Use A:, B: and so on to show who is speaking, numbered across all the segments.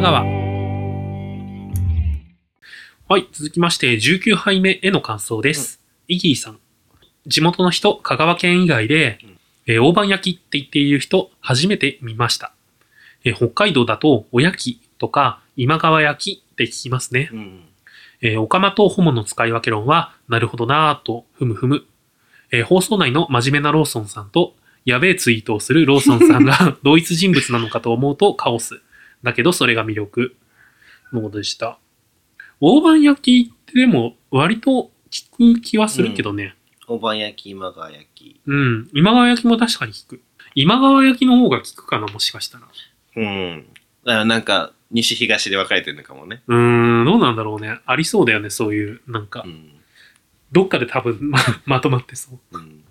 A: 川。はい、続きまして、19杯目への感想です。イギーさん。地元の人、香川県以外で、
B: うん
A: えー大判焼きって言っている人、初めて見ました。えー北海道だと、おやきとか、今川焼きって聞きますね。
B: うん。
A: えー、オカマとホモの使い分け論は、なるほどなぁと、ふむふむ。えー放送内の真面目なローソンさんと、やべえツイートをするローソンさんが同一人物なのかと思うとカオス。だけどそれが魅力。のことでした。大判焼きってでも割と聞く気はするけどね。
B: 大判焼き、今川焼き。
A: うん、今川焼きも確かに聞く。今川焼きの方が聞くかな、もしかしたら。
B: うん。だからなんか、西東で分かれてるのかもね。
A: うーん、どうなんだろうね。ありそうだよね、そういう、なんか
B: う。ん。
A: どっかで多分 ままとまってそう。
B: うん。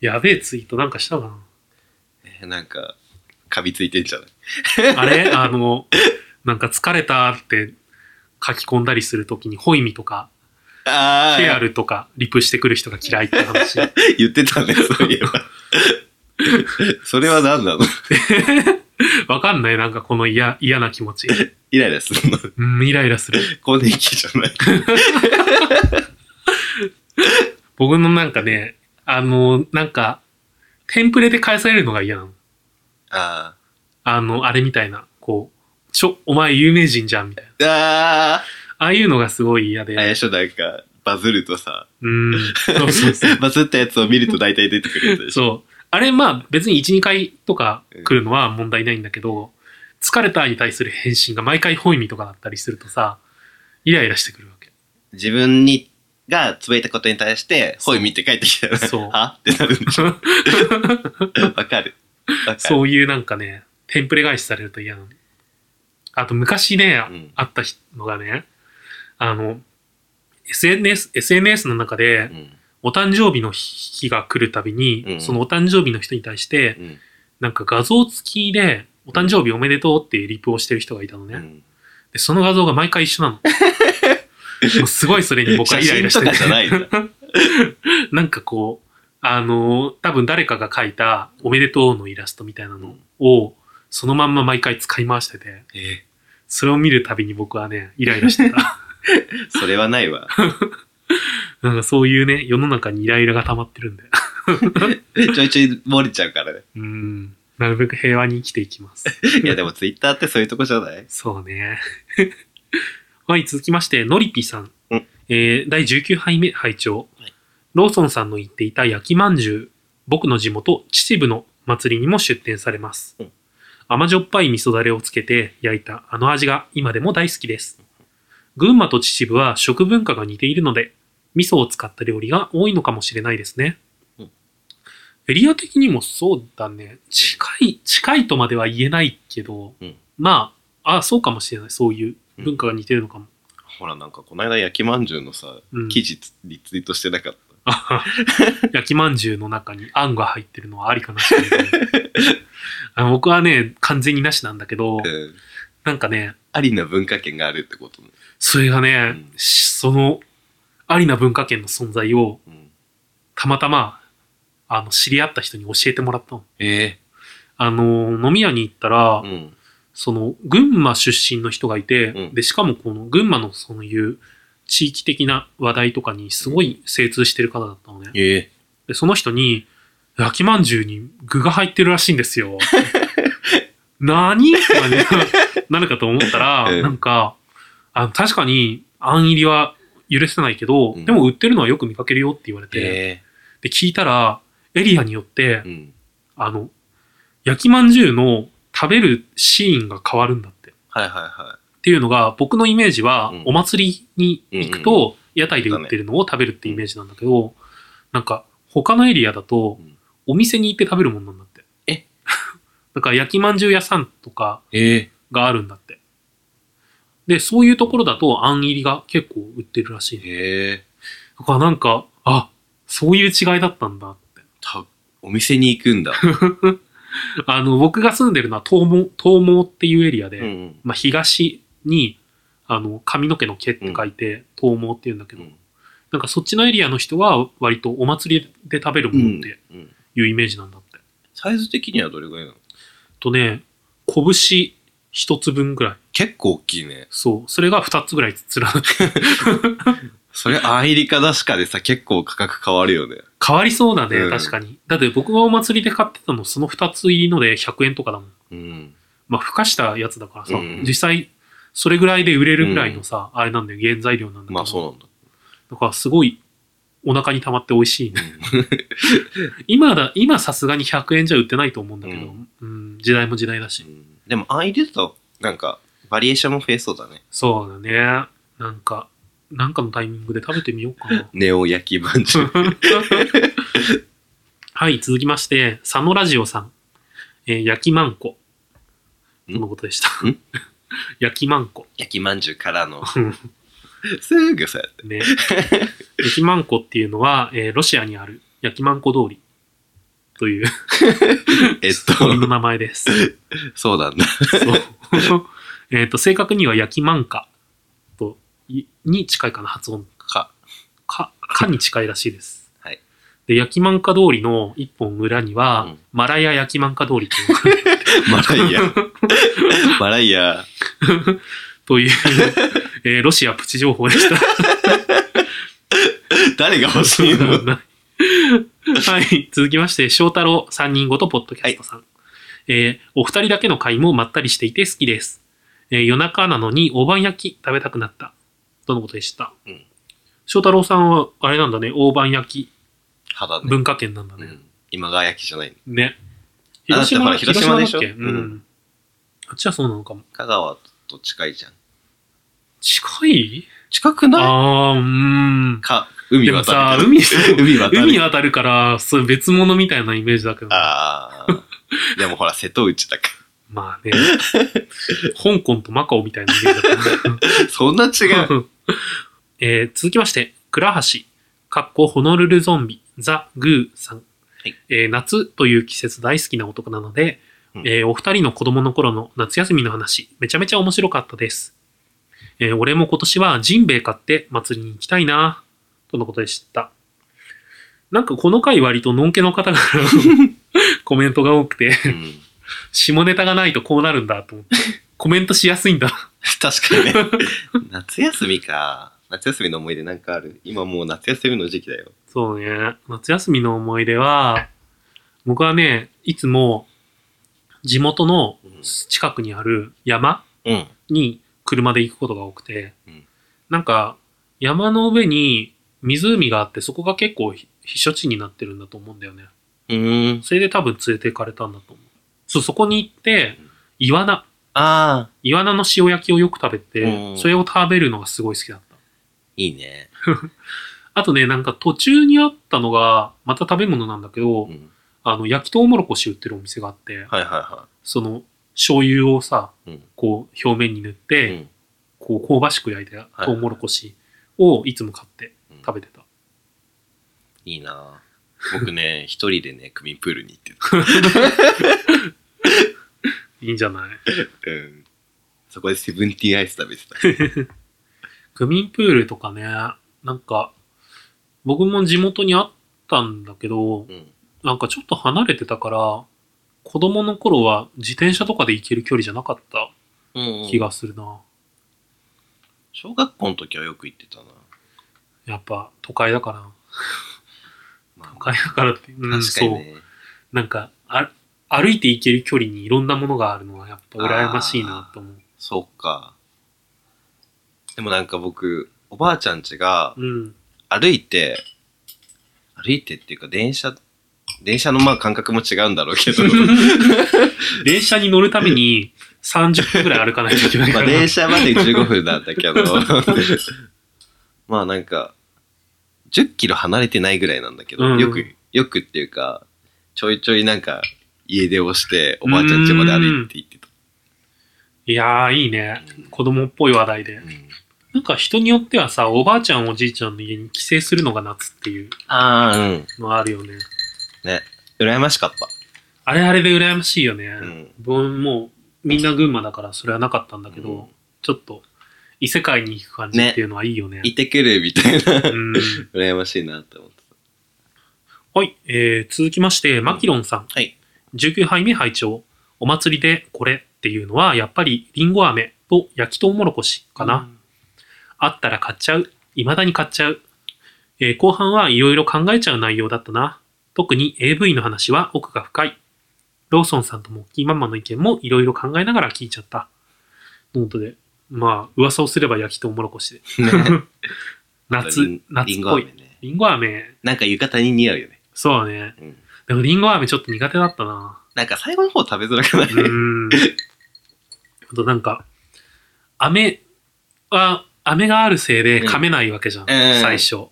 A: やべえツイートなんかしたかな。
B: えなんか、カビついてんじゃない
A: あれあの、なんか疲れたって書き込んだりするときに、ホイミとか、
B: あ
A: ペアルとか、リプしてくる人が嫌いって話。
B: 言ってたね、そういえば。 それは何なの
A: わかんないなんかこの嫌、嫌な気持ち。
B: イライラするの
A: うん、イライラする。
B: 更年期じゃない。
A: 僕のなんかね、あの、なんか、テンプレで返されるのが嫌なの。
B: あ
A: あの、あれみたいな、こう、ちょ、お前有名人じゃん、みたいな。
B: あ。あ
A: ああいうのがすごい嫌
B: あ。あれ
A: で
B: で。しょ、なんか、バズるとさ、
A: うん。そうそうそう。
B: バズったやつを見ると大体出てくるやつでしょ。
A: そう。あれ、まあ、別に1、2回とか来るのは問題ないんだけど、疲れたに対する返信が毎回本意味とかだったりするとさ、イライラしてくるわけ。
B: 自分に、がつぶやいたことに対して、ほい見て帰ってきたら、
A: そう
B: はってなるんでしょ。わかる。わかる。
A: そういうなんかね、テンプレ返しされると嫌なの。あと、昔ね、
B: うん
A: あったのがね、あの、SNS、SNS の中で
B: う、ん。
A: お誕生日の日が来るたびに、
B: うん
A: そのお誕生日の人に対して、
B: うん。
A: なんか画像付きで、お誕生日おめでとうっていうリプをしてる人がいたのね。
B: うん
A: で、その画像が毎回一 緒なの。もうすごいそれに僕はイライラして
B: 写真とかじゃないんだ
A: なんかこう、あのー多分誰かが描いたおめでとうのイラストみたいなのを、そのまんま毎回使い回してて、
B: え
A: それを見るたびに僕はね、イライラしてた。
B: それはないわ。
A: なんかそういうね、世の中にイライラが溜まってるんで。
B: ちょいちょい漏れちゃうからね。
A: うん。なるべく平和に生きていきます。
B: いや、でもツイッターってそういうとこじゃない
A: そうね。はい、続きまして、のりぴさん。
B: うん
A: えー第19杯目、拝聴、
B: はい
A: ローソンさんの言っていた焼きまんじゅう。僕の地元、秩父の祭りにも出店されます。
B: うん
A: 甘じょっぱい味噌だれをつけて焼いたあの味が今でも大好きです。群馬と秩父は食文化が似ているので、味噌を使った料理が多いのかもしれないですね。
B: うん
A: エリア的にもそうだね。近い、近いとまでは言えないけど、
B: うん
A: まあ、あそうかもしれない。そういう文化が似てるのかも。
B: ほら、なんかこの間焼きまんじゅうのさ、
A: うん
B: 記事つリツイートしてなかっ
A: あはは焼きまんじゅうの中にあんが入ってるのはありかなしかみたい なあの僕はね、完全になしなんだけど
B: た。、うん。
A: なんかね、
B: ありな文化圏があるってことね。
A: それがね、
B: うん
A: しその、ありな文化圏の存在を、
B: うん。
A: たまたま、あの、知り合った人に教えてもらったの。
B: え
A: あの、飲み屋に行ったら、
B: うん。
A: その、群馬出身の人がいて、
B: うん
A: で、しかもこの群馬のそういう地域的な話題とかにすごい精通してる方だったのね。
B: ええ。
A: で、その人に、焼きまんじゅうに具が入ってるらしいんです よ。何って感じになるかと思ったら、
B: うん
A: なんか、あの確かに、あん入りは許せないけど、
B: うん
A: でも売ってるのはよく見かけるよって言われて、
B: え
A: で、聞いたら、エリアによって
B: え。う、ん。
A: あの、焼きまんじゅうの食べるシーンが変わるんだって。
B: はいはいは
A: っていうのが、僕のイメージは
B: うん、
A: お祭りに行く
B: うん
A: と、屋台で売ってるのを食べるってイメージなんだけど、なんか、他のエリアだと
B: うん、
A: お店に行って食べるもんなんだって。
B: え
A: だから、焼きまんじゅう屋さんとか
B: い。ええ。
A: があるんだって。で、そういうところだと、あん入りが結構売ってるらしいね。
B: ええ。
A: だからなんか、あ、そういう違いだったんだって。
B: た、お店に行くんだ。
A: あの、僕が住んでるのは東毛、東毛っていうエリアで、
B: うん。
A: まあ、東に、あの、髪の毛の毛って書いて、東毛って言うんだけど、なんかそっちのエリアの人は割とお祭りで食べる
B: う
A: ものっ
B: ん
A: て。
B: うん
A: いうイメージなんだって。
B: サイズ的にはどれぐらいなの
A: とね、拳一つ分ぐらい。
B: 結構大きいね。
A: そう。それが2つぐらい 連なって、
B: そ れアイリカダシカでさ、結構価格変わるよね。
A: 変わりそうだね、
B: うん
A: 確かに。だって僕がお祭りで買ってたの、その2つ入りので100円とかだもん。
B: うん。
A: まあ、孵化したやつだからさ、
B: うん
A: 実際、それぐらいで売れるぐらいのさ、あれなんだよ、原材料なんだけど。
B: まあそうなんだ。
A: だからすごい、お腹に溜まって美味しいね。
B: うん
A: 今だ、今さすがに100円じゃ売ってないと思うんだけど、
B: う
A: うん、時代も時代だし。
B: でもアイリだと、なんか、バリエーションも増えそうだね。
A: そうだね。なんか、なんかのタイミングで食べてみようか な。
B: ネオ焼きバンジー。
A: はい、続きまして、佐野ラジオさん。えー焼きまんこ。
B: ん
A: このことでした
B: ん。
A: 焼きまんこ。
B: 焼きまんじゅうから の。
A: うん
B: すぐさ、
A: ね。焼きまんこっていうのは、えーロシアにある焼きまんこ通りという、
B: えっ
A: 国の
B: と、
A: 名前です。
B: そうなんだ。
A: そう。えっと、正確には焼きまんかと、いに近いかな、発音。
B: か。
A: か、かに近いらしいです。
B: はい。
A: で、焼きまんか通りの一本裏には、
B: うん
A: マラヤ焼きまんか通りっていうのが
B: マラ イア。マライア。
A: と いう、えーロシアプチ情報でした。
B: 誰が欲しいの
A: はい。続きまして、翔太郎三人ごとポッドキャストさん。えーお二人だけの会もまったりしていて好きです。えー夜中なのに大判焼き食べたくなった。とのことでした。
B: うん
A: 翔太郎さんは、あれなんだね、大判焼き
B: 肌ね。
A: 文化圏なんだ
B: う
A: ね。
B: ん今川焼きじゃない。
A: ね。
B: あだってほら広島でしょ
A: 広島だっけう。
B: うん
A: あっちはそうなのかも。
B: 香川と近いじゃん。
A: 近い
B: 近くない
A: ああ、うーん。
B: か、海
A: でも
B: 渡
A: さ、
B: る
A: 海、
B: から。海渡る。
A: 海渡るから、そう別物みたいなイメージだけど。
B: ああ。でもほら、瀬戸内だか
A: ま あね。香港とマカオみたいなイメージだっ
B: ら。 そんな違
A: た
B: う。
A: な えー続きまして、倉橋、かっこホノルルゾンビ、ザ・グーさん。
B: い
A: えー夏という季節大好きな男なので、
B: うん
A: えーお二人の子供の頃の夏休みの話、めちゃめちゃ面白かったです。えー俺も今年はジンベエ買って祭りに行きたいな、とのことでした。なんかこの回割とのんけの 方がコメントが多くて、
B: うん
A: 下ネタがないとこうなるんだと思って、コメントしやすいんだ。
B: 確かにね。夏休みか。夏休みの思い出なんかある今もう夏休みの時期だよ。
A: そうね。夏休みの思い出は、僕はね、いつも地元の近くにある山
B: うん。
A: に車で行くことが多くて、
B: うん
A: なんか山の上に湖があって、そこが結構ひ避暑地になってるんだと思うんだよね。
B: うん。
A: それで多分連れて行かれたんだと思う。そう、そこに行って、イワナ。
B: ああ。
A: イワナの塩焼きをよく食べ
B: う
A: て、
B: ん
A: それを食べるのがすごい好きだった。
B: いいね。
A: あとね、なんか途中にあったのが、また食べ物なんだけど、
B: うん
A: あの、焼きとうもろこし売ってるお店があって、
B: はいはいは
A: その、醤油をさ、
B: うん
A: こう、表面に塗っ
B: い。
A: て、
B: うん
A: こう、香ばしく焼いた
B: い
A: とうもろこしをいつも買って食べてた。
B: いいな僕ね、一人でね、区民プールに行って
A: いいんじゃない
B: た。うん。そこでセブンティーンアイス食べてた。
A: 区民プールとかね、なんか、僕も地元にあったんだけど、
B: うん。
A: なんかちょっと離れてたから、子供の頃は自転車とかで行ける距離じゃなかった
B: うん、
A: 気がするな。
B: 小学校の時はよく行ってたな。
A: やっぱ都会だから。
B: まあ
A: 都会だからって、うん、
B: 確かに
A: そう。
B: ね。
A: なんかあ、歩いて行ける距離にいろんなものがあるのはやっぱ羨ましいなと思う。
B: そっか。でもなんか僕、おばあちゃんちが
A: うん。
B: 歩いて、歩いてっていうか電車、電車のまあ感覚も違うんだろう けど、
A: 電車に乗るために30分くらい歩かないといけない
B: ま
A: か
B: あ
A: ら。
B: 電車まで15分なんだけど、 まあなんか、10キロ離れてないぐらいなんだけど、
A: うん
B: よく、よくっていうか、ちょいちょいなんか家出をして、おばあちゃんちまで歩いて行ってた。
A: いやー、いいね。子供っぽい話題で
B: う。ん
A: なんか人によってはさ、おばあちゃんおじいちゃんの家に帰省するのが夏っていう
B: ああ、うん。
A: のあるよね。
B: ね。羨ましかった。
A: あれあれで羨ましいよね。
B: ん
A: 僕もうみんな群馬だからそれはなかったんだけど、
B: うん
A: ちょっと異世界に行く感じっていうのはいいよね。
B: いてくるみたいな。
A: うん
B: 羨ましいなって思ってた。
A: はい、えー続きまして、マキロンさん。
B: はい。
A: 19杯目拝聴お祭りでこれっていうのは、やっぱりリンゴ飴と焼きとうもろこしかな。。あったら買っちゃう。未だに買っちゃう。えー後半はいろいろ考えちゃう内容だったな。特に AV の話は奥が深い。ローソンさんとモッキーママの意見もいろいろ考えながら聞いちゃった。ノートで、まあ、噂をすれば焼きとうもろこしで。
B: ね
A: 夏、夏っぽい。。
B: ね
A: リンゴ飴、
B: なんか浴衣に似合うよね。
A: そうだね。
B: うん
A: でもリンゴ飴ちょっと苦手だったな。
B: なんか最後の方食べづらくな
A: う
B: い
A: ーん。あとなんか、飴は、飴があるせいで噛めないわけじゃん、
B: うんうん
A: 最初。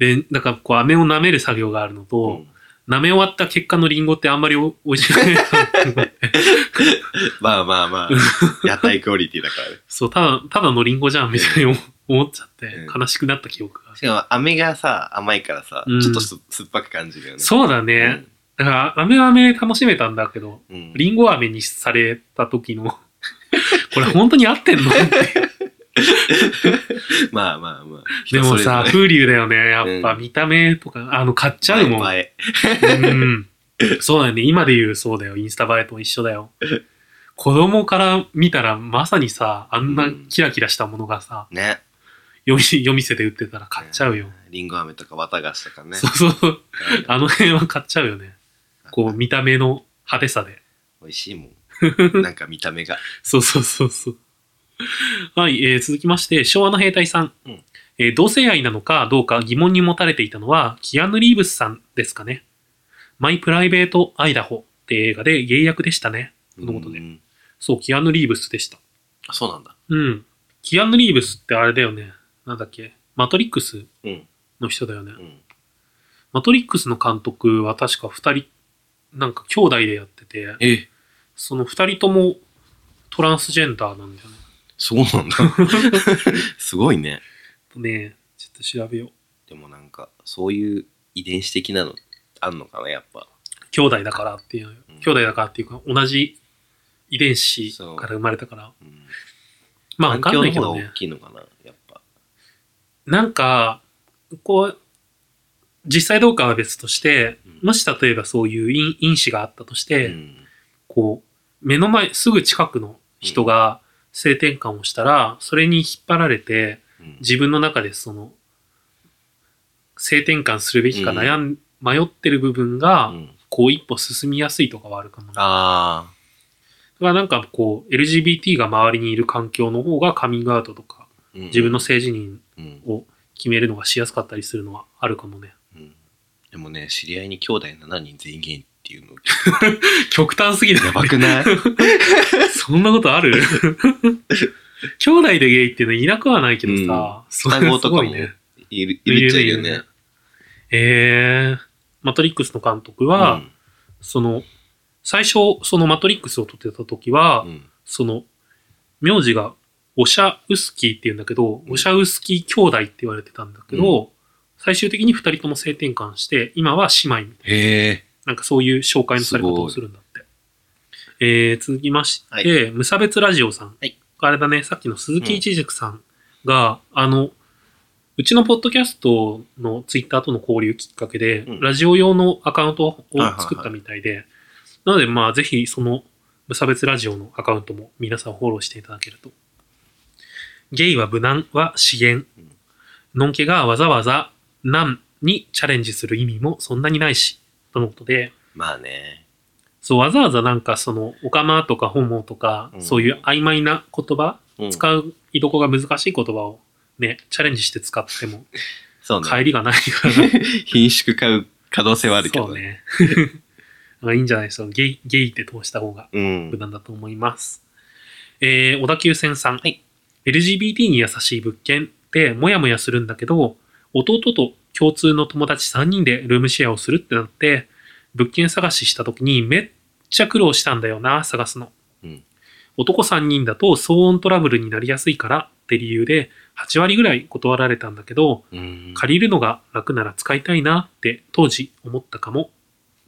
A: で、なんかこう飴を舐める作業があるの
B: う
A: と、
B: ん
A: 舐め終わった結果のリンゴってあんまりお美味しくない。
B: まあまあまあ、 屋台クオリティだからね。
A: そう、ただ、ただのリンゴじゃん、みたいに思っちゃって、
B: う
A: 悲しくなった記憶がある
B: し。かも飴がさ、甘いからさ、
A: うん
B: ちょっとす酸っぱく感じるよね。
A: そうだね。だから、飴は飴で楽しめたんだけど、
B: うん。うん
A: リンゴ飴にされた時 の、これ本当に合ってんの
B: まあまあまあ。
A: でもさ、風流だよね。やっぱ
B: うん
A: 見た目とか、あの、買っち
B: 人
A: ゃ
B: それ
A: うもん。
B: ぞれ前前
A: うん。そうだよね。今で言うそうだよ。インスタ映えと一緒だよ。子供から見たらまさにさ、あんなキラキラしたものがさ、
B: ね。
A: 夜店夜店で売ってたら買っちゃうよ。
B: リンゴ飴とか綿菓子とかね
A: そ。うそう。あの辺は買っちゃうよね。こう、見た目の派手さで。
B: 美味しい もん。なんか見た目が。
A: そうそうそうそう。はい、えー続きまして、昭和の兵隊さん。
B: うん
A: えー同性愛なのかどうか疑問に持たれていたのは、キアヌ・リーブスさんですかね。マイ・プライベート・アイダホって映画で芸役でしたね。のことで。
B: うん
A: そう、キアヌ・リーブスでした。
B: あ、そうなんだ。
A: うん。キアヌ・リーブスってあれだよね。なんだっけ。マトリックス
B: うん。
A: の人だよね。
B: うん。
A: マトリックスの監督は確か二人、なんか兄弟でやってて、
B: え、
A: その二人ともトランスジェンダーなんだよね。
B: そうな んだ。すごいね。
A: ねちょっと調べよう。
B: でもなんか、そういう遺伝子的なのあんのかな、やっぱ。
A: 兄弟だからっていう、
B: うん
A: 兄弟だからっていうか、同じ遺伝子
B: そう
A: から生まれたから。
B: うん
A: まあ、わかんないけ
B: の
A: ど
B: 方が
A: ね
B: 大。きいのかな、やっぱ。
A: なんか、こう、実際どうかは別として、
B: うん
A: もし例えばそういう因因子があったとし
B: う
A: て、
B: ん。
A: こう、目の前、すぐ近くの人が性転換をしたら、それに引っ張られて、
B: うん
A: 自分の中でその、性転換するべきか悩ん、迷ってる部分
B: う
A: が、
B: ん
A: こう一歩進みやすいとかはあるかもな
B: あ
A: がなんかこう LGBT が周りにいる環境の方がカミングアウトとか
B: あ。うん
A: 自分の性自認
B: うん
A: を決めるのがしやすかったりするのはあるかも ね。
B: うんでもね、知り合いに兄弟7人全員ゲイっていうの、
A: 極端すぎる
B: やば くない
A: そんなこと ある兄弟でゲイっていうのいなくはないけどさ、それ
B: 双子とかも
A: すごいね
B: いるいるっちゃいるよ
A: いるい
B: ね
A: る。えー、マトリックスの監督
B: う
A: は、
B: ん
A: その最初そのマトリックスを撮ってた時は、
B: うん
A: その名字がオシャウスキーって言うんだけど、
B: うん
A: オシャウスキー兄弟って言われてたんだけど、最終的に二人とも性転換して、今は姉妹みたいな、
B: へえ。
A: なんかそういう紹介のされ方をするんだって。えー、続きまして、
B: はい
A: 無差別ラジオさん。
B: はい
A: あれだね、さっきの鈴木一塾さんが、あの、うちのポッドキャストのツイッターとの交流きっかけで、
B: うん
A: ラジオ用のアカウントを作ったみたいで、なので、まあ、ぜひ、その、無差別ラジオのアカウントも皆さんフォローしていただけると。ゲイは無難は資源
B: うん。
A: のんけがわざわざ難にチャレンジする意味もそんなにないし、とのことで、
B: まあね。
A: そう、わざわざなんかその、オカマとかホモとか、
B: うん
A: そういう曖昧な言葉、
B: うん
A: 使ういどこが難しい言葉をね、チャレンジして使っても、
B: そう
A: 帰
B: ね。
A: りがない から。
B: 品種買う可能性はあるけど
A: そう
B: ね。
A: ね。 まあいいんじゃないですか。ゲイ、ゲイって通した方が
B: うん
A: 無。難だと思います。えー、小田急線さん。
B: はい。
A: LGBT に優しい物件ってもやもやするんだけど、弟と共通の友達3人でルームシェアをするってなって、物件探しした時にめっちゃ苦労したんだよな、探すの。
B: うん
A: 男3人だと騒音トラブルになりやすいからって理由で、8割ぐらい断られたんだけど、
B: うん
A: 借りるのが楽なら使いたいなって当時思ったかも、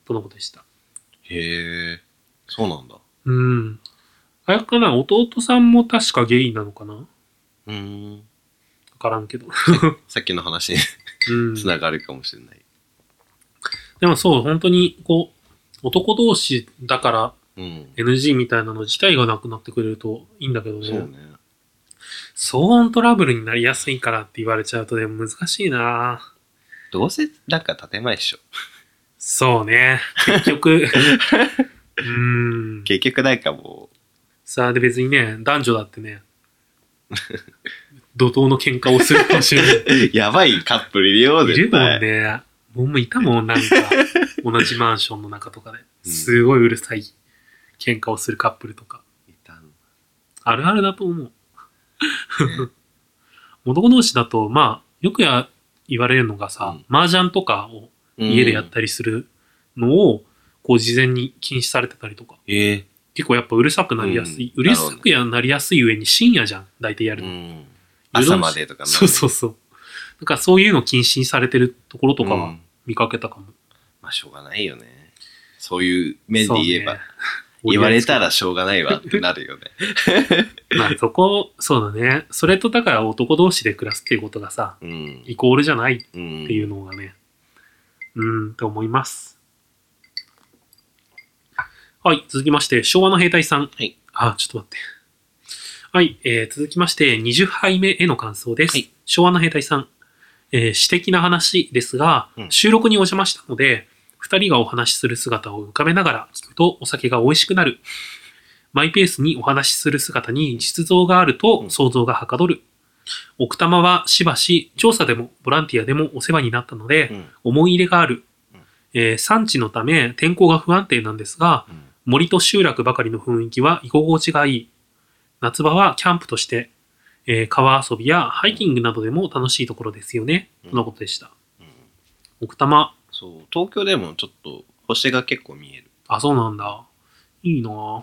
A: とのことでした。
B: へえ。そうなんだ。
A: うん。あれかな、弟さんも確かゲイなのかなわ
B: うん。
A: からんけど。
B: さっきの話に
A: うん。
B: つながるかもしれない。
A: でもそう、本当に、こう、男同士だから
B: うん。
A: NG みたいなの自体がなくなってくれるといいんだけどね。
B: そうね。
A: 騒音トラブルになりやすいからって言われちゃうとでも難しいな
B: どうせ、なんか建前でしょ。
A: そうね。結 局。うん。
B: 結局なんかも
A: さあ、で別にね、男女だってね、怒涛の喧嘩をするかもしれ な
B: う、やばいカップルいるよ、
A: い。いる
B: 絶
A: も
B: 対。
A: んね。僕もいた もん、なんか、同じマンションの中とかで。すごいうるさい喧嘩をするカップルとか。
B: いたん
A: あるあるだと思う。
B: だね
A: 男同士だと、まあ、よくや言われるのが
B: う
A: さ
B: ん、
A: 麻雀とかを家でやっ。たりするのを、こう事前に禁止されてたりとか。
B: うんええ
A: 結構やっぱうるさくなりやすい。
B: う
A: うんるさくやなりやすい上に深夜じゃん。大体やる
B: う
A: の。
B: ん。朝までとか
A: そうそうそう。だからそういうの禁止にされてるところ
B: う
A: とか
B: う
A: は
B: ん
A: 見かけたかも。
B: まあ、しょうがないよね。そういう面で 言えば、
A: そうね
B: 言われたらしょうがないわってなるよ ね。
A: まあそこ、そうだね。それとだから男同士で暮らすっていうことがさ、
B: うん。
A: イコールじゃないっ
B: うん。
A: ていうのがね、うん、んと思います。はい、続きまして、昭和の兵隊さん。
B: はい。
A: あ、ちょっと待って。はい、えー続きまして、20杯目への感想です。
B: はい
A: 昭和の兵隊さん。えー私的な話ですが、
B: うん
A: 収録にお邪魔したので、二人がお話しする姿を浮かべながら聞くとお酒が美味しくなる。マイペースにお話しする姿に実像がある
B: う
A: と
B: ん
A: 想像がはかどる。奥多摩はしばし調査でもボランティアでもお世話になったので、
B: うん。
A: 思い入れがある
B: うん。
A: えー産地のため天候が不安定なんですが、
B: うん
A: 森と集落ばかりの雰囲気は居心地がいい。夏場はキャンプとして、えー川遊びやハイキングなどでも楽しいところですよね。
B: うん
A: とのことでした。
B: うん
A: 奥多摩。
B: そう、東京でもちょっと星が結 構見える。
A: あ、そうなんだ。いいなぁ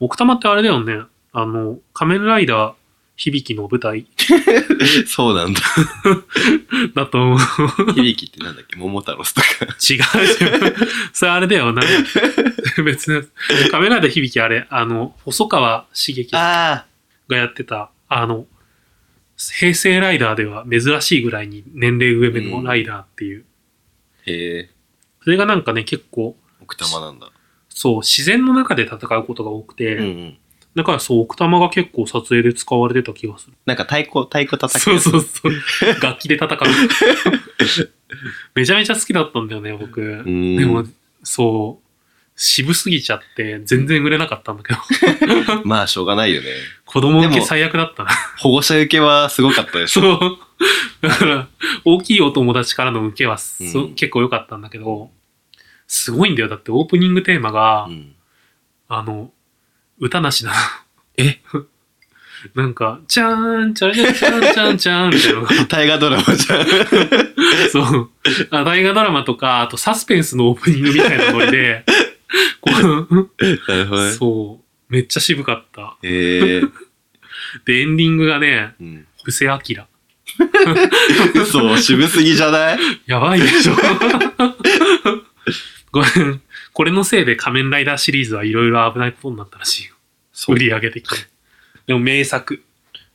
A: 奥多摩ってあれだよね。あの、仮面ライダー響きの舞台
B: そうなんだ。
A: だと思う。
B: 響きってなんだっけ桃太郎とか。
A: 違う。それあれだよな。 別の。仮面ライダー響きあれ、あの、細川茂樹が
B: ああ。
A: やってた、あの、平成ライダーでは珍しいぐらいに年齢上目のライダーっていう。
B: へえ。
A: それがなんかね、結構、
B: 奥多摩なんだ。
A: そう、自然の中で戦うことが多くて、
B: うんうん。
A: だからそう、奥多摩が結構撮影で使われてた気がする。
B: なんか太鼓、太鼓叩く
A: そう
B: やつ。
A: そうそう。 楽器で 戦う。めちゃめちゃ好きだったんだよね、僕。
B: うん。
A: でも、そう、渋すぎちゃって、全然売れなかったんだけど、
B: まあ、しょうがないよね。
A: 子供向
B: で
A: け
B: も
A: 最悪だったな。
B: 保護者受けはすごかったでしょ。
A: そう。だから、大きいお友達からの受けはそ、
B: うん
A: 結構良かったんだけど、すごいんだよ。だってオープニングテーマが、
B: ん。
A: あの、歌なしだな。え なんか、ちゃーん、ちゃらちゃらちゃらちゃらちゃらみたいなのが。
B: 大河ドラマじゃん。
A: そう。あ大河ドラマとか、あとサスペンスのオープニングみたいなノリで、こう
B: なるほどね。
A: そう。めっちゃ渋かった。
B: へえ。
A: で、エンディングがね、
B: うん。
A: 布施明。
B: 嘘、渋すぎじゃない
A: やばいで しょ。ごめん。これのせいで仮面ライダーシリーズはいろいろ危ないことになったらしいよ。
B: そ
A: 売り上げ的に。でも名作。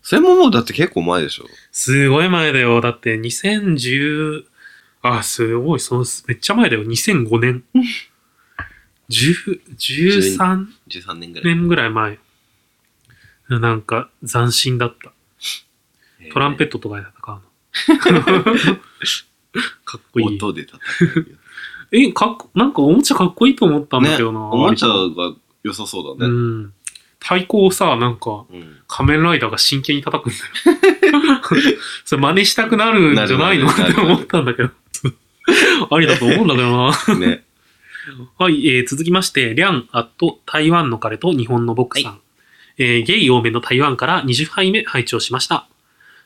B: それももうだって結構前でしょ。
A: すごい前だよ。だって2010、あ、すごい。その、めっちゃ前だよ。2005年。10 13
B: 13年ぐらい。
A: 年ぐらい前。なんか、斬新だった。トランペッ
B: ト。
A: トとかで戦 うの。かっこいい。
B: 音で叩く。
A: え、かっこ、なんかおもちゃかっこいいと思ったんだけどな。
B: おもちゃが良さそうだ
A: う
B: ね。
A: ん。太鼓をさ、なんか、
B: うん。
A: 仮面ライダーが真剣に叩くんだよ。 それ真似したくなるんじゃないのっ
B: なるなる
A: て思ったんだけど。ありだと思うんだけどな。
B: ね。
A: はい、えー続きまして、リャンアット台湾の彼と日本のボックさん。えーゲイ多めの台湾から20杯目拝聴しました。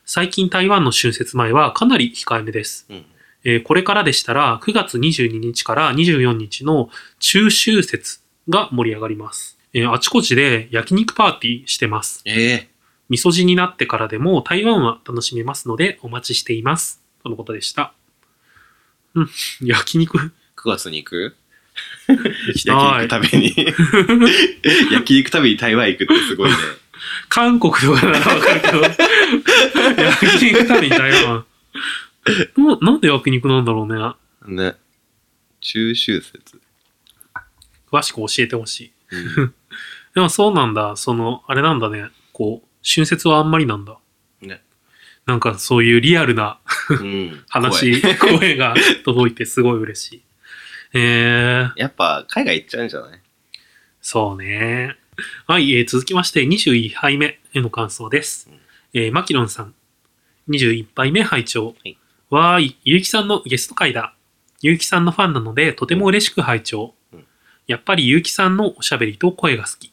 A: 最近台湾の春節前はかなり控えめです。
B: うん。
A: えーこれからでしたら9月22日から24日の中秋節が盛り上がります。えーあちこちで焼肉パーティーしてます。
B: ええ。
A: 味噌汁になってからでも台湾は楽しめますのでお待ちしています。とのことでした。うん、焼肉行
B: 9月に 行く
A: き
B: 焼
A: たい
B: 肉。食べに。 焼肉食べに台湾行くってすごいね。
A: 韓国とかならわかるけど、焼肉食べに台湾。ななんで焼肉なんだろうね。
B: ね。中秋節。
A: 詳しく教えてほしい。
B: うん、
A: でもそうなんだ。その、あれなんだね。こう、春節はあんまりなんだ。なんかそういうリアルな
B: うん、怖い
A: 話、声が届いてすごい嬉しい。えー、
B: やっぱ海外行っちゃうんじゃない
A: そうね。はい、えー続きまして21杯目への感想です
B: うん。
A: えーマキロンさん、21杯目拝聴。
B: はい
A: わーい、ゆうきさんのゲスト会だ。ゆうきさんのファンなので、とても嬉しく拝聴。
B: うん
A: やっぱりゆうきさんのおしゃべりと声が好き。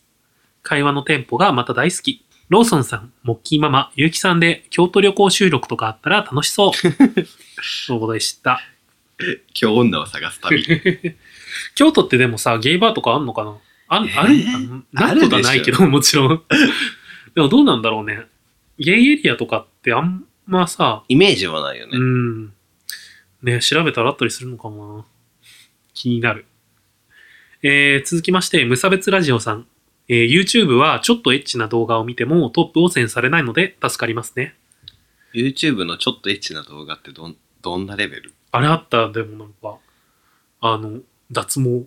A: 会話のテンポがまた大好き。ローソンさん、モッキーママ、ゆうきさんで京都旅行収録とかあったら楽し そう。ということでした。
B: 今日女を探す旅。
A: 京都ってでもさ、ゲイバーとかあんのかなあ,、
B: えー
A: あるあのな
B: あ
A: い
B: るでしょ
A: ことはないけど、もちろん。 でもどうなんだろうね。ゲイエリアとかってあんまさ、
B: イメージはないよ
A: う
B: ね。
A: ん。ね、調べたらあったりするのかもな。気になる。えー続きまして、無差別ラジオさん。えー YouTube はちょっとエッチな動画を見てもトップ汚染されないので助かりますね。
B: YouTube のちょっとエッチな動画ってどんどんなレベル
A: あれあった、でもなんか、あの、脱毛。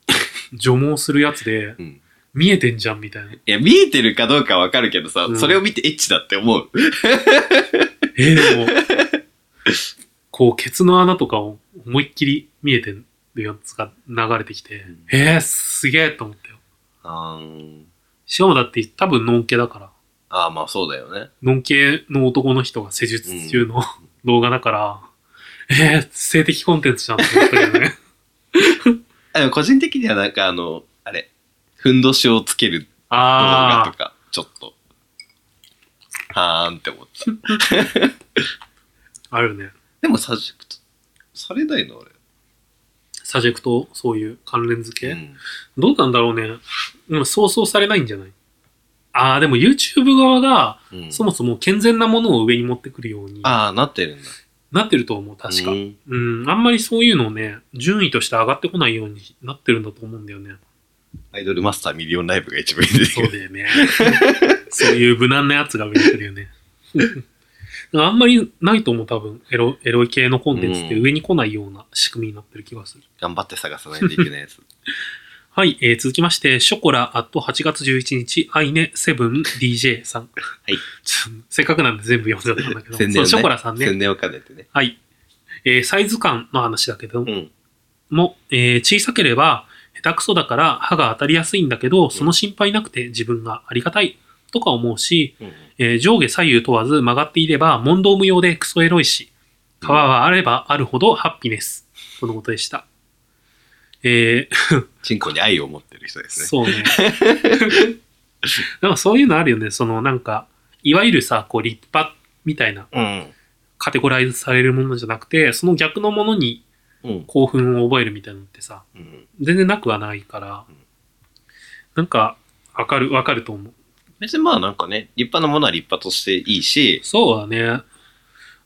A: 除毛するやつで、
B: うん。
A: 見えてんじゃんみたいな。
B: いや、見えてるかどうかわかるけどさ、
A: うん
B: それを見てエッチだって思う。
A: えーでも、こう、ケツの穴とかを思いっきり見えてるやつが流れてきて
B: ん、
A: えー、すげえと思ったよ。
B: あー
A: しかもだって多分、ノンケだから、
B: あー、まあそうだよね。
A: ノンケの男の人が施術中の動画だから、えー、性的コンテンツじゃんと思ったけど ね。
B: あでも個人的にはなんかあの、あれ、ふんどしをつける動画と
A: ああ、
B: か、ちょっと、はーんって思った。
A: あるね。
B: でもサジェクト、されないの俺。
A: サジェクト、そういう関連付け。
B: うん
A: どうなんだろうね。うん、そうそうされないんじゃないああ、でも YouTube 側が、
B: うん
A: そもそも健全なものを上に持ってくるように
B: ああ、なってるんだ。
A: なってると思う、確か。
B: う
A: うんん、あんまりそういうのをね、順位として上がってこないようになってるんだと思うんだよね。
B: アイドルマスターミリオンライブが一番いいんです
A: そ
B: けど
A: う。だよ ね。そういう無難なやつが上に来るよね。あんまりないと思う、多分。エロ、エロい系のコンテンツって上に来ないような仕組みになってる気がする。
B: 頑張って探さないといけない やつ。
A: はい、えー続きまして、ショコラアット8月11日、アイネセブン DJ さん。
B: い
A: ちょっとせっかくなんで全部読んじゃったんだけど、
B: 宣伝
A: そ
B: を
A: う
B: ね。
A: ショコラさんね
B: 宣。伝を兼ねてね。
A: はい。えーサイズ感の話だけど、
B: ん。
A: も、えー小さければ下手くそだから歯が当たりやすいんだけど、その心配なくて自分がありがたいとか思うし、えー上下左右問わず曲がっていれば問答無用でクソエロいし、皮はあればあるほどハッピネス。とのことでした。えー
B: チンコに愛を持ってる人ですね。
A: そうね。 なんかそういうのあるよね。そのなんか、いわゆるさ、こう立派みたいな
B: うん。
A: カテゴライズされるものじゃなくて、その逆のものに
B: うん。
A: 興奮を覚えるみたいなのってさ、
B: うん。
A: 全然なくはないから
B: うん、
A: なんか、わかる、わかると思う。
B: 別にまあなんかね、立派なものは立派としていいし、
A: そうだね。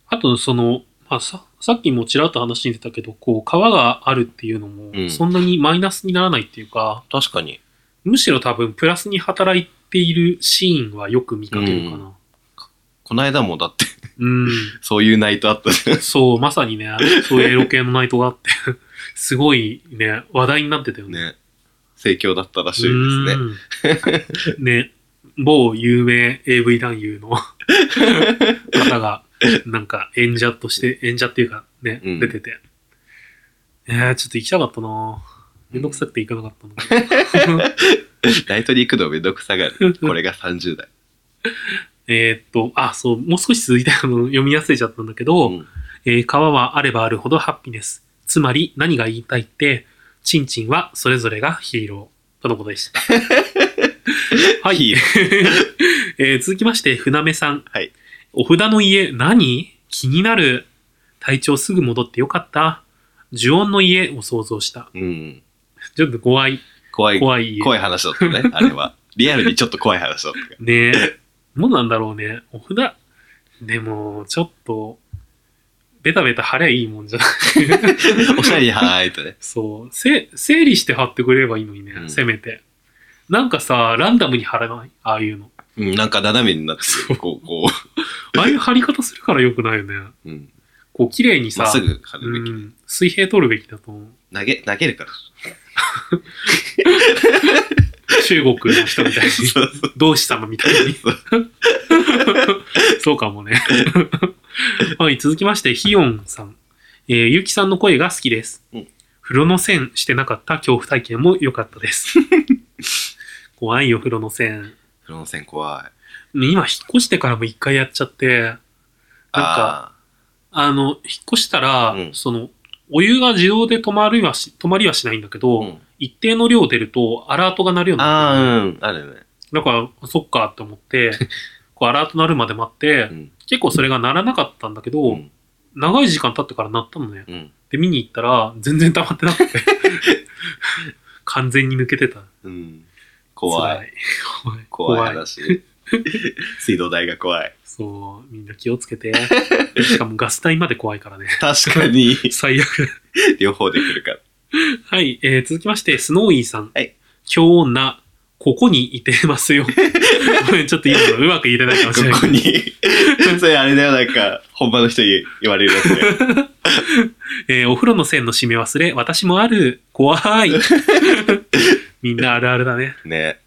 A: あと、その、まあ、さ、さっきもちらっと話に出たけど、こう、皮があるっていうのも
B: う、ん
A: そんなにマイナスにならないっていうか、
B: 確かに、
A: むしろ多分、プラスに働いているシーンはよく見かけるかな。
B: こないだもだって、
A: うん。
B: そういうナイトあったじゃん。
A: そう、まさにね、そういうエロ系のナイトがあって、すごいね、話題になってたよね。
B: ね。盛況だったらしいですね。
A: うーんね。某有名 AV 男優 の方が、なんか演者として、演者っていうかね、
B: うん
A: 出てて。えー、ちょっと行きたかったなめんどくさくて行かなかったの。
B: ナイトに行くのめんどくさがる。これが30代。
A: えーっと、あ、そう、もう少し続いてあの読み忘れちゃったんだけど、
B: うん
A: えー皮はあればあるほどハッピネス。つまり何が言いたいって、チンチンはそれぞれがヒーロー。とのことでした。はい。
B: ヒ
A: えー続きまして、船目さん。
B: はい
A: お札の家何気になる。体調すぐ戻ってよかった。呪音の家を想像した。
B: うん。
A: ちょっと怖い、
B: 怖い、
A: 怖い家。
B: 怖い話だったね、あれは。リアルにちょっと怖い話だったから。
A: ねえ。どうなんだろうね。お札。でも、ちょっと、ベタベタ貼りゃいいもんじゃない。
B: おしゃれにはーいとね。
A: そう。せ、整理して貼ってくれればいいのにね、
B: うん
A: せめて。なんかさ、ランダムに貼らないああいうの。
B: うん、なんか斜めになってる、こう、こ
A: ああいう貼り方するから良くないよね。
B: う。うん。
A: こう、綺麗にさ、
B: まっすぐ跳
A: う
B: ねるべき。
A: ん、水平取るべきだと思う。
B: 投げ、投げ るから。
A: 中国の人みたいに、
B: そうそう
A: 同志様みたいに。そうかもね。 はい、続きまして、ヒヨンさん。えー、ゆうきさんの声が好きです。
B: うん
A: 風呂の線してなかった恐怖体験も良かった です。怖いよ、風呂の線。
B: 風呂の線怖い。なん
A: 今、引っ越してからも一回やっちゃって、か、あの、引っ越したら、
B: うん
A: その、お湯が自動で止まりはし、止まりはしないんだけど、
B: うん、
A: 一定の量出るとアラートが鳴るようになってる
B: あー、うん、あるね。
A: だから、そっかって思 って、こうアラート鳴るまで待って
B: う、ん、
A: 結構それが鳴らなかったんだけど、
B: うん、
A: 長い時間経ってから鳴ったのね。
B: うん、
A: で、見に行ったら、全然溜まってな くて。完全に抜けてた。
B: うん。怖い。
A: い。怖い。
B: 怖い
A: 怖い
B: 話。 水道代が怖い。
A: そう、みんな気をつけて。しかもガス代まで怖いからね。
B: 確か に、
A: 最悪。
B: 両方で来るから。
A: はい、えー続きまして、スノーイーさん。
B: はい。
A: 今日な、ここにいてますよ。ごめんちょっと今のうまく入れないかもしれない
B: ここ。に、それあれだよ、なんか、本場の人に言われるやつだ よ。
A: えーお風呂の線の締め忘れ、私もある、怖 い。みんなあるあるだね。
B: ね。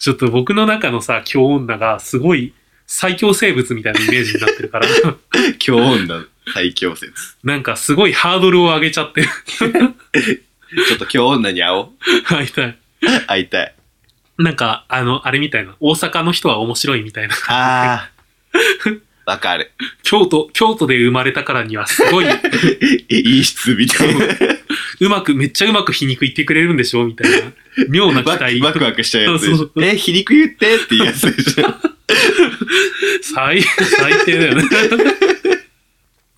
A: ちょっと僕の中のさ、強女がすごい最強生物みたいなイメージになってるから、
B: 強女最強説。
A: なんかすごいハードルを上げちゃってる。
B: ちょっと強女に会おう。
A: 会いたい。
B: 会いたい。
A: なんか、あの、あれみたいな。大阪の人は面白いみたいな。
B: あ あ。わかる。
A: 京都、京都で生まれたからにはすごい、
B: いい質みたいな。
A: うまく、めっちゃうまく皮肉言ってくれるんでしょみたいな。妙な期
B: ワク
A: 待。
B: ワクワクしちゃうやつで
A: そ
B: し
A: う
B: ょ。え、皮肉言ってっていうやつ でしょ。
A: 最、最低 だよね。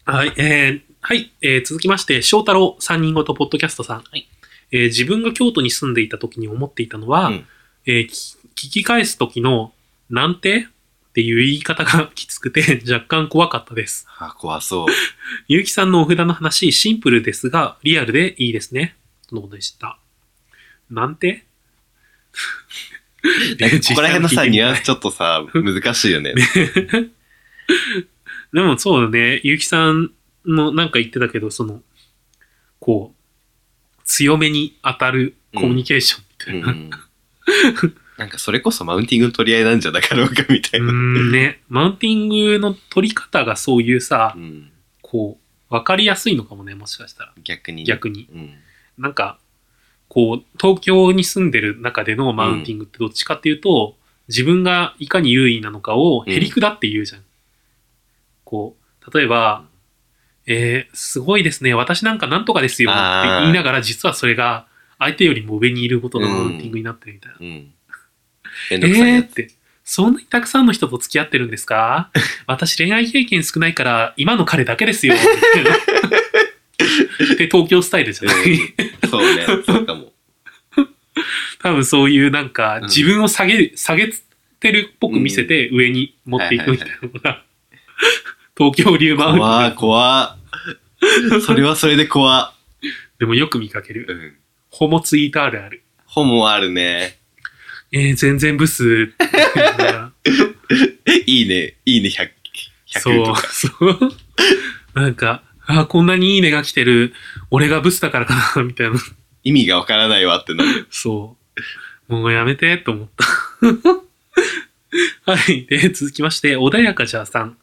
A: はい、えーはい、えー続きまして、翔太郎三人ごとポッドキャストさん。えー自分が京都に住んでいた時に思っていたのは、
B: うん
A: えーき聞き返す時の、なんてっていう言い方が きつくて、若干怖かったです。
B: あ、怖そう。
A: ゆうきさんのお札の話、シンプルですが、リアルでいいですね。とのことでした。なんて
B: ここら辺のさ、ニュアン
A: ス
B: スちょっとさ、難しいよね。
A: でもそうだね、ゆうきさんのなんか言ってたけど、その、こう、強めに当たるコミュニケーションみたいな。
B: うん。なんかそれこそマウンティングの取り合いなんじゃなかろうかみたい うな。
A: んね、マウンティングの取り方がそういうさ
B: う、ん。
A: こう、わかりやすいのかもね、もしかしたら。
B: 逆に。
A: 逆に。
B: うん。
A: なんか、こう、東京に住んでる中でのマウンティングってどっちかっていうと、自分がいかに優位なのかをへりくだって言うじゃん。こう、例えば、えー、すごいですね、私なんかなんとかですよって
B: あー
A: 言いながら、実はそれが相手よりも上にいることのマウンティングになってるみたいな。
B: うん。めんどくさい
A: え
B: や
A: ー、って、そんなにたくさんの人と付き合ってるんですか私恋愛経験少ないから、今の彼だけですよ。みたいな で、東京スタイルじゃない。
B: つ。うんそうね。そうかも。
A: 多分そういうなんか
B: うん
A: 自分を下げる、下げてるっぽく見せて上に持っていくみたいなのが、東京流マウンティン
B: 怖ー怖ーそれはそれで怖
A: グでもよく見かけ
B: ー
A: る。
B: うん。
A: ホモツイートあるある。
B: 本もあるね。
A: えー、全然ブス。
B: いいね。いいね100、100
A: そ
B: と
A: う、
B: か。
A: そう。なんか、あー、こんなにいいねが来てる。俺がブスだからかな、みたいな。
B: 意味がわからないわってなる。
A: そう。もうやめて、と思った。 はい。で、続きまして、穏やかじゃあさん。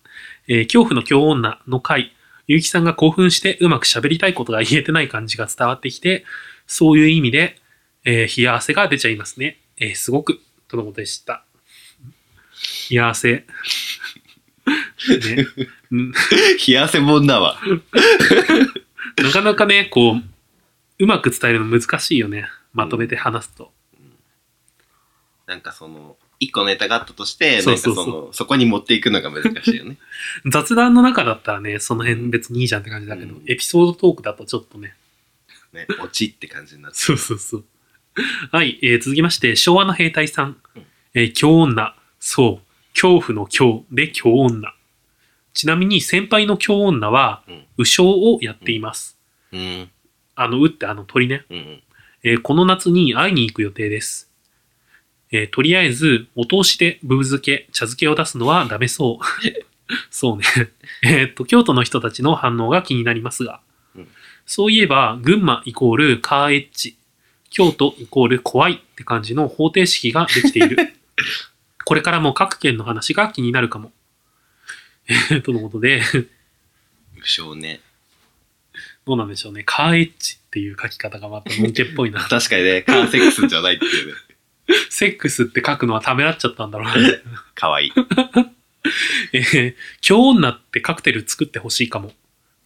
A: えー恐怖の強女の回。ゆうきさんが興奮してうまく喋りたいことが言えてない感じが伝わってきて、そういう意味で、えー冷や汗が出ちゃいますね。えーすごく、とのことでした。冷や汗。ね、うん
B: 冷や汗もんだわ。
A: なかなかね、こう、うまく伝えるの難しいよね。まとめて話すと。
B: なんかその、一個ネタがあったとして、
A: そ
B: なん
A: う
B: か
A: そ
B: そう
A: そう
B: の、そこに持っていくのが難しいよね。
A: 雑談の中だったらね、その辺別にいいじゃんって感じだけど、
B: うん
A: エピソードトークだとちょっとね。
B: ね、落ちって感じになって。
A: そうそうそう。はい、えー続きまして、昭和の兵隊さん
B: うん。
A: えー、京女。そう。恐怖の京で京女。ちなみに先輩の京女は
B: うん、
A: 右将をやっています。
B: うん。
A: あの、うってあの鳥ね。
B: うん。
A: えーこの夏に会いに行く予定です。えーとりあえず、お通しでブブ漬け、茶漬けを出すのはダメそう。そうね。 えーっと、京都の人たちの反応が気になりますが、
B: うん
A: そういえば、群馬イコールカーエッジ、京都イコール怖いって感じの方程式ができている。これからも各県の話が気になるかも。とのことで、
B: 無償ね。
A: どうなんでしょうね。カーエッジっていう書き方がまたのんけっぽい な。
B: 確かにね、カーセックスじゃないって いうね。
A: セックスって書くのはためらっちゃったんだろうな。
B: かわいい。
A: えー、京女ってカクテル作ってほしいかも。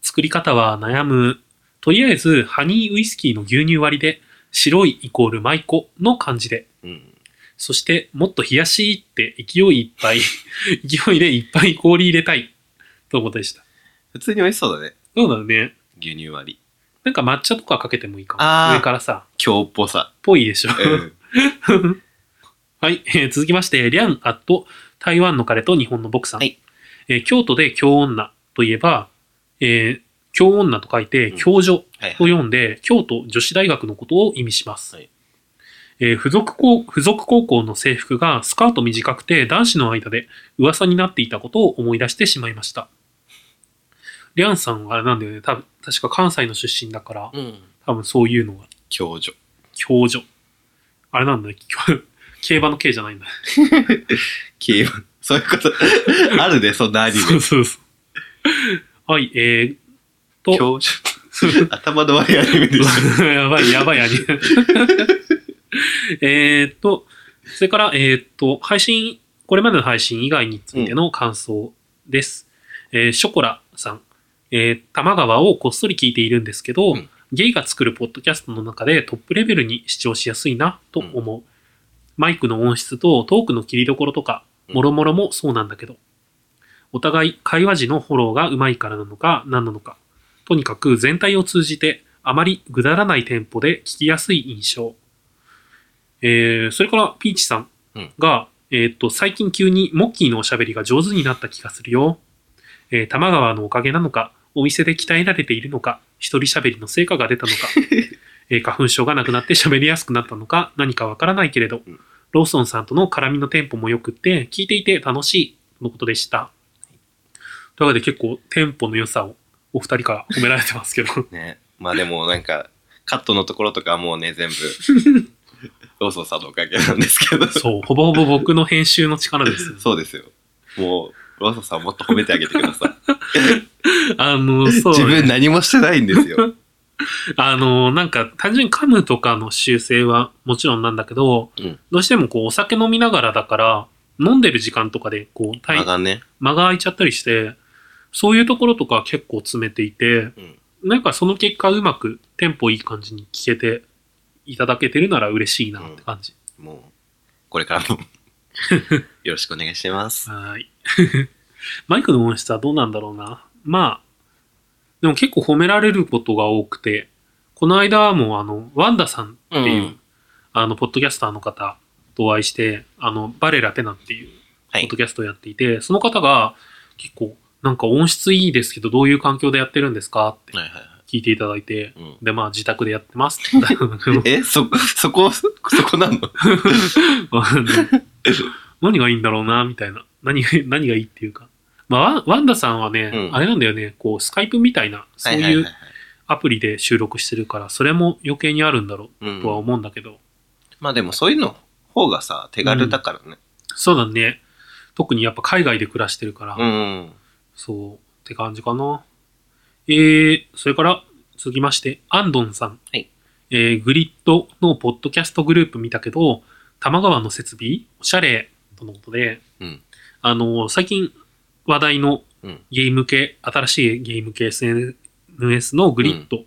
A: 作り方は悩む。とりあえず、ハニーウイスキーの牛乳割りで、白いイコール舞妓の感じで。
B: うん。
A: そして、もっと冷やしいって勢いいっぱい、 勢いでいっぱい氷入れたい。とのことでした。
B: 普通に美味しそうだね。
A: そうだね。
B: 牛乳割り。
A: なんか抹茶とかかけてもいいか
B: あ
A: も。
B: ー
A: 上からさ、
B: 今日っぽさ。
A: ぽいでしょ。
B: うん。
A: はい、えー続きまして、リャンアット台湾の彼と日本の僕さん。
B: はい
A: えー京都で京女といえば、えー京女と書いて
B: うん
A: 京女と
B: はいはい。
A: 読んで、京都女子大学のことを意味します。
B: はい
A: えー付属高付属高校の制服がスカート短くて男子の間で噂になっていたことを思い出してしまいました。リャンさんはあれなんだよね、多分確か関西の出身だから、
B: うん。
A: 多分そういうのが
B: 共助。
A: 教女。あれなんだよ、 競馬の競じゃないんだ。
B: 競馬。そういうこと。あるね、そんなアニ
A: そうそうそう。はい、えー、
B: メ。
A: と、
B: 共助。 頭の悪いアニメでし
A: やばい、やばいアニメ。えーっと、それから、えーっと、配信、これまでの配信以外についての感想です。えーショコラさん、えー、玉川をこっそり聞いているんですけど、
B: うん
A: ゲイが作るポッドキャストの中でトップレベルに視聴しやすいなと思う。マイクの音質とトークの切りどころとか、
B: うん
A: もろもろもそうなんだけど、お互い会話時のフォローがうまいからなのか何なのか、とにかく全体を通じてあまりぐだらないテンポで聞きやすい印象。えー、それからピーチさんが、えーっと、最近急にモッキーのおしゃべりが上手になった気がするよ。えー、玉川のおかげなのか、お店で鍛えられているのか、一人しゃべりの成果が出たのか、 えー花粉症がなくなって喋りやすくなったのか、何かわからないけれど
B: うん、
A: ローソンさんとの絡みのテンポも良くって、聞いていて楽しい、とのことでした。というわけで結構テンポの良さをお二人から褒められてます けど、
B: た。ね。まあでもなんか、カットのところとかはもうね、全部、 ローソンさんのおかげなんですけど。
A: そう、ほぼほぼ僕の編集の力です。
B: そうですよ。もう、ローソンさんもっと褒めてあげてください。
A: あの、そう、
B: 自分何もしてないんですよ。
A: あの、なんか、単純に噛むとかの修正はもちろんなんだけど、
B: うん
A: どうしてもこう、お酒飲みながらだから、飲んでる時間とかで、こう、たい
B: 間がね。
A: 間が空いちゃったりして、そういうところとか結構詰めていて、
B: うん
A: なんかその結果うまくテンポいい感じに聞けていただけてるなら嬉しいなって感じ。
B: もう、これからも、 よろしくお願いします。
A: はーい。 マイクの音質はどうなんだろうな。まあ、でも結構褒められることが多くて、この間もあの、ワンダさんっていう、
B: うん
A: あの、ポッドキャスターの方とお会いして、あの、バレラペナっていう、ポ
B: は
A: ッ
B: い
A: ド。キャストをやっていて、その方が結構、なんか音質いいですけど、どういう環境でやってるんですかって
B: はいはいはい。
A: 聞いていただいて、
B: うん
A: で、まあ自宅でやってますって 言ったんだけど
B: え、そ、そこ、そこなの
A: あの 何がいいんだろうな、みたいな。何が、何がいいっていうか。まあ、ワンワンダさんはね、
B: うん
A: あれなんだよね、こう、スカイプみたいな、そう
B: はいはいいうはい
A: アプリで収録してるから、それも余計にあるんだろ
B: う
A: うとは
B: ん、
A: 思うんだけど、
B: まあでもそういうの方がさ、手軽だからね。
A: そうだね。特にやっぱ海外で暮らしてるから、
B: うん。
A: そう、って感じかな。えー、それから、続きまして、アンドンさん。
B: はい
A: えー、グリッドのポッドキャストグループ見たけど、玉川の設備、おしゃれ、とのことで、
B: うん
A: あのー最近話題の
B: うん
A: ゲーム系、新しいゲーム系 SNS のグリッド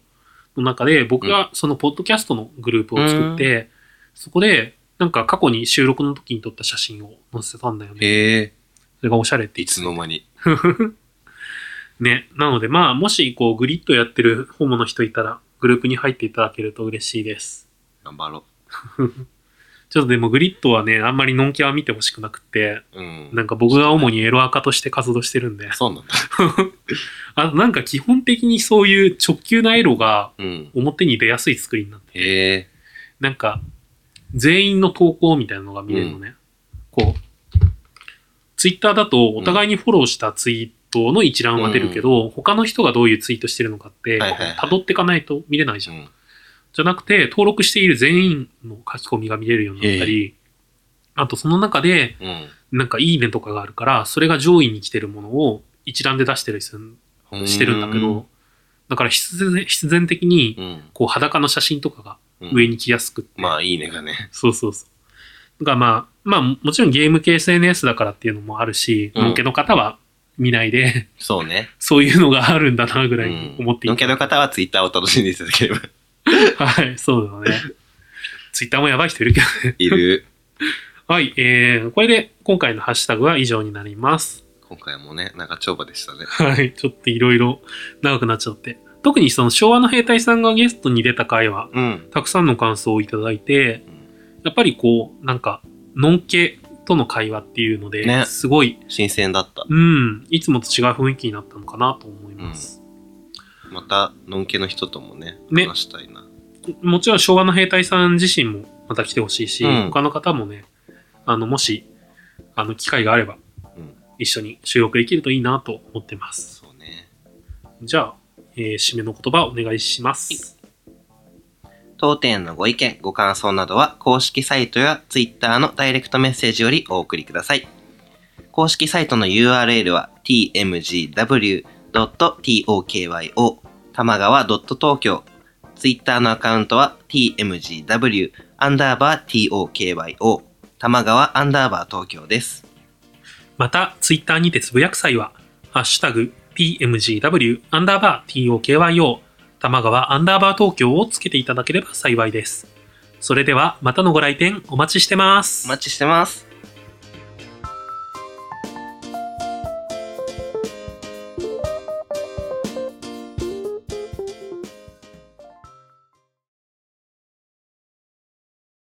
A: の中で、僕がそのポッドキャストのグループを作って、そこで、なんか過去に収録の時に撮った写真を載せたんだよね。
B: へえ
A: それがおしゃれって
B: いつの間に。
A: ね。なので、まあ、もし、こう、グリッドやってるホモの人いたら、グループに入っていただけると嬉しいです。
B: 頑張ろ
A: ちょっとでも、グリッドはね、あんまりのんきは見てほしくなくて、
B: う。うん。
A: なんか僕が主にエロアカとして活動してるんで、
B: そうなんだ。
A: あなんか基本的にそういう直球なエロが
B: うん。
A: 表に出やすい作りになって、
B: へえ
A: なんか、全員の投稿みたいなのが見れるのね。こう、ツイッターだと、お互いにフォローしたツイートの一覧は出るけど、他の人がどういうツイートしてるのかって、
B: はいはいはい
A: 辿っていかないと見れないじゃん
B: う。ん。
A: じゃなくて、登録している全員の書き込みが見れるようになったり、あとその中で、
B: うん。
A: なんかいいねとかがあるから、それが上位に来てるものを一覧で出してるりする
B: うん
A: してるんだけど、だから必然必然的に
B: うん、
A: こう裸の写真とかが
B: うん
A: 上に来やすくって、
B: まあいいねがね
A: そうそうそう。だからまあ、まあもちろんゲーム系 SNS だからっていうのもあるし、
B: うん
A: のんけの方は見ないで、
B: そうね
A: そういうのがあるんだなぐら
B: うん
A: い思ってい
B: のん
A: て、
B: けの方はツイッターを楽しんでいただければ
A: はい、そうだ ね。ツイッターもやばい人いるけどね。
B: いる
A: はい、えー、これで今回のハッシュタグは以上になります。
B: 今回もねなんか長場でしたね
A: はい、ちょっといろいろ長くなっちゃって。特にその昭和の兵隊さんがゲストに出た回は、
B: うん
A: たくさんの感想をいただいて、
B: うん
A: やっぱりこう、なんか、のんけとの会話っていうので、
B: ね
A: すごい、
B: 新鮮だった
A: うん、いつもと違う雰囲気になったのかなと思います。
B: またのんけの人ともね
A: ね
B: 話したいな
A: もちろん昭和の兵隊さん自身もまた来てほしいし、
B: うん
A: 他の方もね、あの、もし、あの、機会があれば、
B: うん
A: 一緒に収録できるといいなと思ってます。
B: そうね
A: じゃあ、えー締めの言葉お願いします。
B: 当店のご意見、ご感想などは公式サイトや Twitter のダイレクトメッセージよりお送りください。公式サイトの URL は tmgw.tokyo 玉川 .tokyo Twitter のアカウントは tmgw アンダーバー tokyo 玉川アンダーバー東京です。
A: また、ツイッターにてつぶやく際は、ハッシュタグ、PMGW アンダーバー TOKYO 玉川アンダーバー東京をつけていただければ幸いです。それでは、またのご来店お待ちしてます。
B: お待ちしてます。